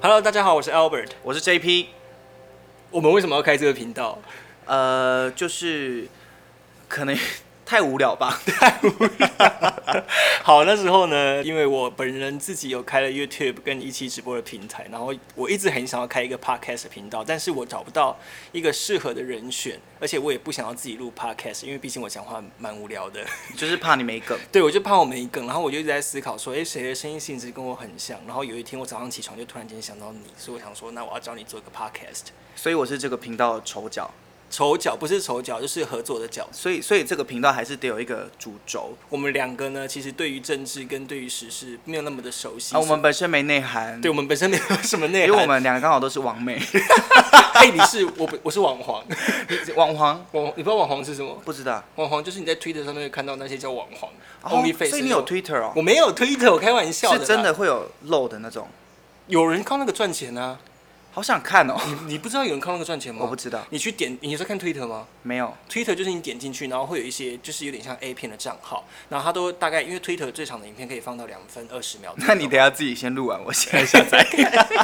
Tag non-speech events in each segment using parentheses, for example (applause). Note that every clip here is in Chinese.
Hello，大家好，我是 Albert。我是 JP，我们为什么要开这个频道？呃，就是可能太无聊 (laughs) 吧，好，那时候呢，因为我本人自己有开了 YouTube 跟一期直播的平台，然后我一直很想要开一个 Podcast 的频道，但是我找不到一个适合的人选，而且我也不想要自己录 Podcast，因为毕竟我讲话蛮无聊的。就是怕你没梗。对，我就怕我没梗，然后我就一直在思考说，诶，谁的声音性质跟我很像？然后有一天我早上起床就突然间想到你，所以我想说，那我要找你做一个 Podcast。所以我是这个频道的丑角，丑角不是丑角，就是合作的角所以所以这个频道还是得有一个主轴我们两个呢，其实对于政治跟对于时事没有那么的熟悉。啊。我们本身没内涵，对我们本身没有什么内因涵，为我们两个刚好都是网美， (laughs) 哎，你是我不我是网黄，网黄网你不知道网黄是什么？不知道。网黄就是你在 Twitter 上面会看到那些叫网黄、o 哦 n l y Face。所以你有？Twitter 哦我，没有 Twitter，我开玩笑的。是真的，会有漏的那种，有人靠那个赚钱啊？好想看哦。你你不知道有人靠那个赚钱吗？我不知道，你去点，你有在看 Twitter 吗？没有， Twitter 就是你点进去，然后会有一些就是有点像 A 片的账号，然后它都大概因为 Twitter 最长的影片可以放到两分二十秒左右。那你等一下自己先录完，我现在下载。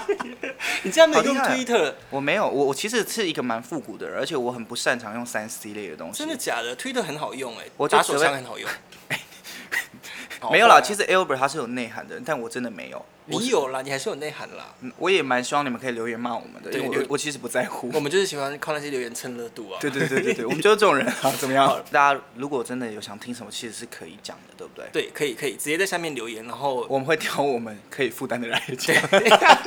(laughs) 你竟然没有好用厉害啊 Twitter，我没有，我我其实是一个蛮复古的人，而且我很不擅长用三 C 类的东西。真的假的？Twitter 很好用哎、我就打只手会枪很好用。好啊 (laughs) 没有啦，其实实 Albert 他是有内涵的人，但我真的没有。我你有啦，你还是有内涵啦。嗯我也蛮希望你们可以留言骂我们的，对因为留我我其实不在乎我。们就是喜欢靠那些留言蹭热度啊。 (laughs) 对对对对对，我们就是这种人啊，怎么样？大家如果真的有想听什么，其实是可以讲的，对不对？对，可以可以，直接在下面留言，然后我们会挑我们可以负担的来讲。 (laughs)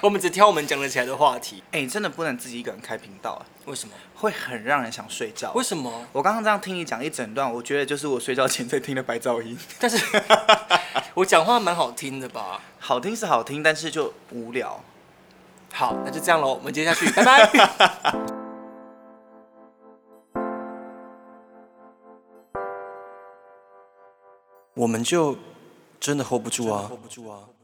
我们只挑我们讲得起来的话题。哎、真的不能自己一个人开频道，啊为什么？会很让人想睡觉啊为。什么？我刚刚这样听你讲一整段，我觉得就是我睡觉前在听的白噪音，但是 (laughs) 我讲话蛮好听的吧？好听是好听，但是就无聊。好，那就这样喽，我们接下去，拜拜。我们就真的 hold 不住啊，hold 不住啊。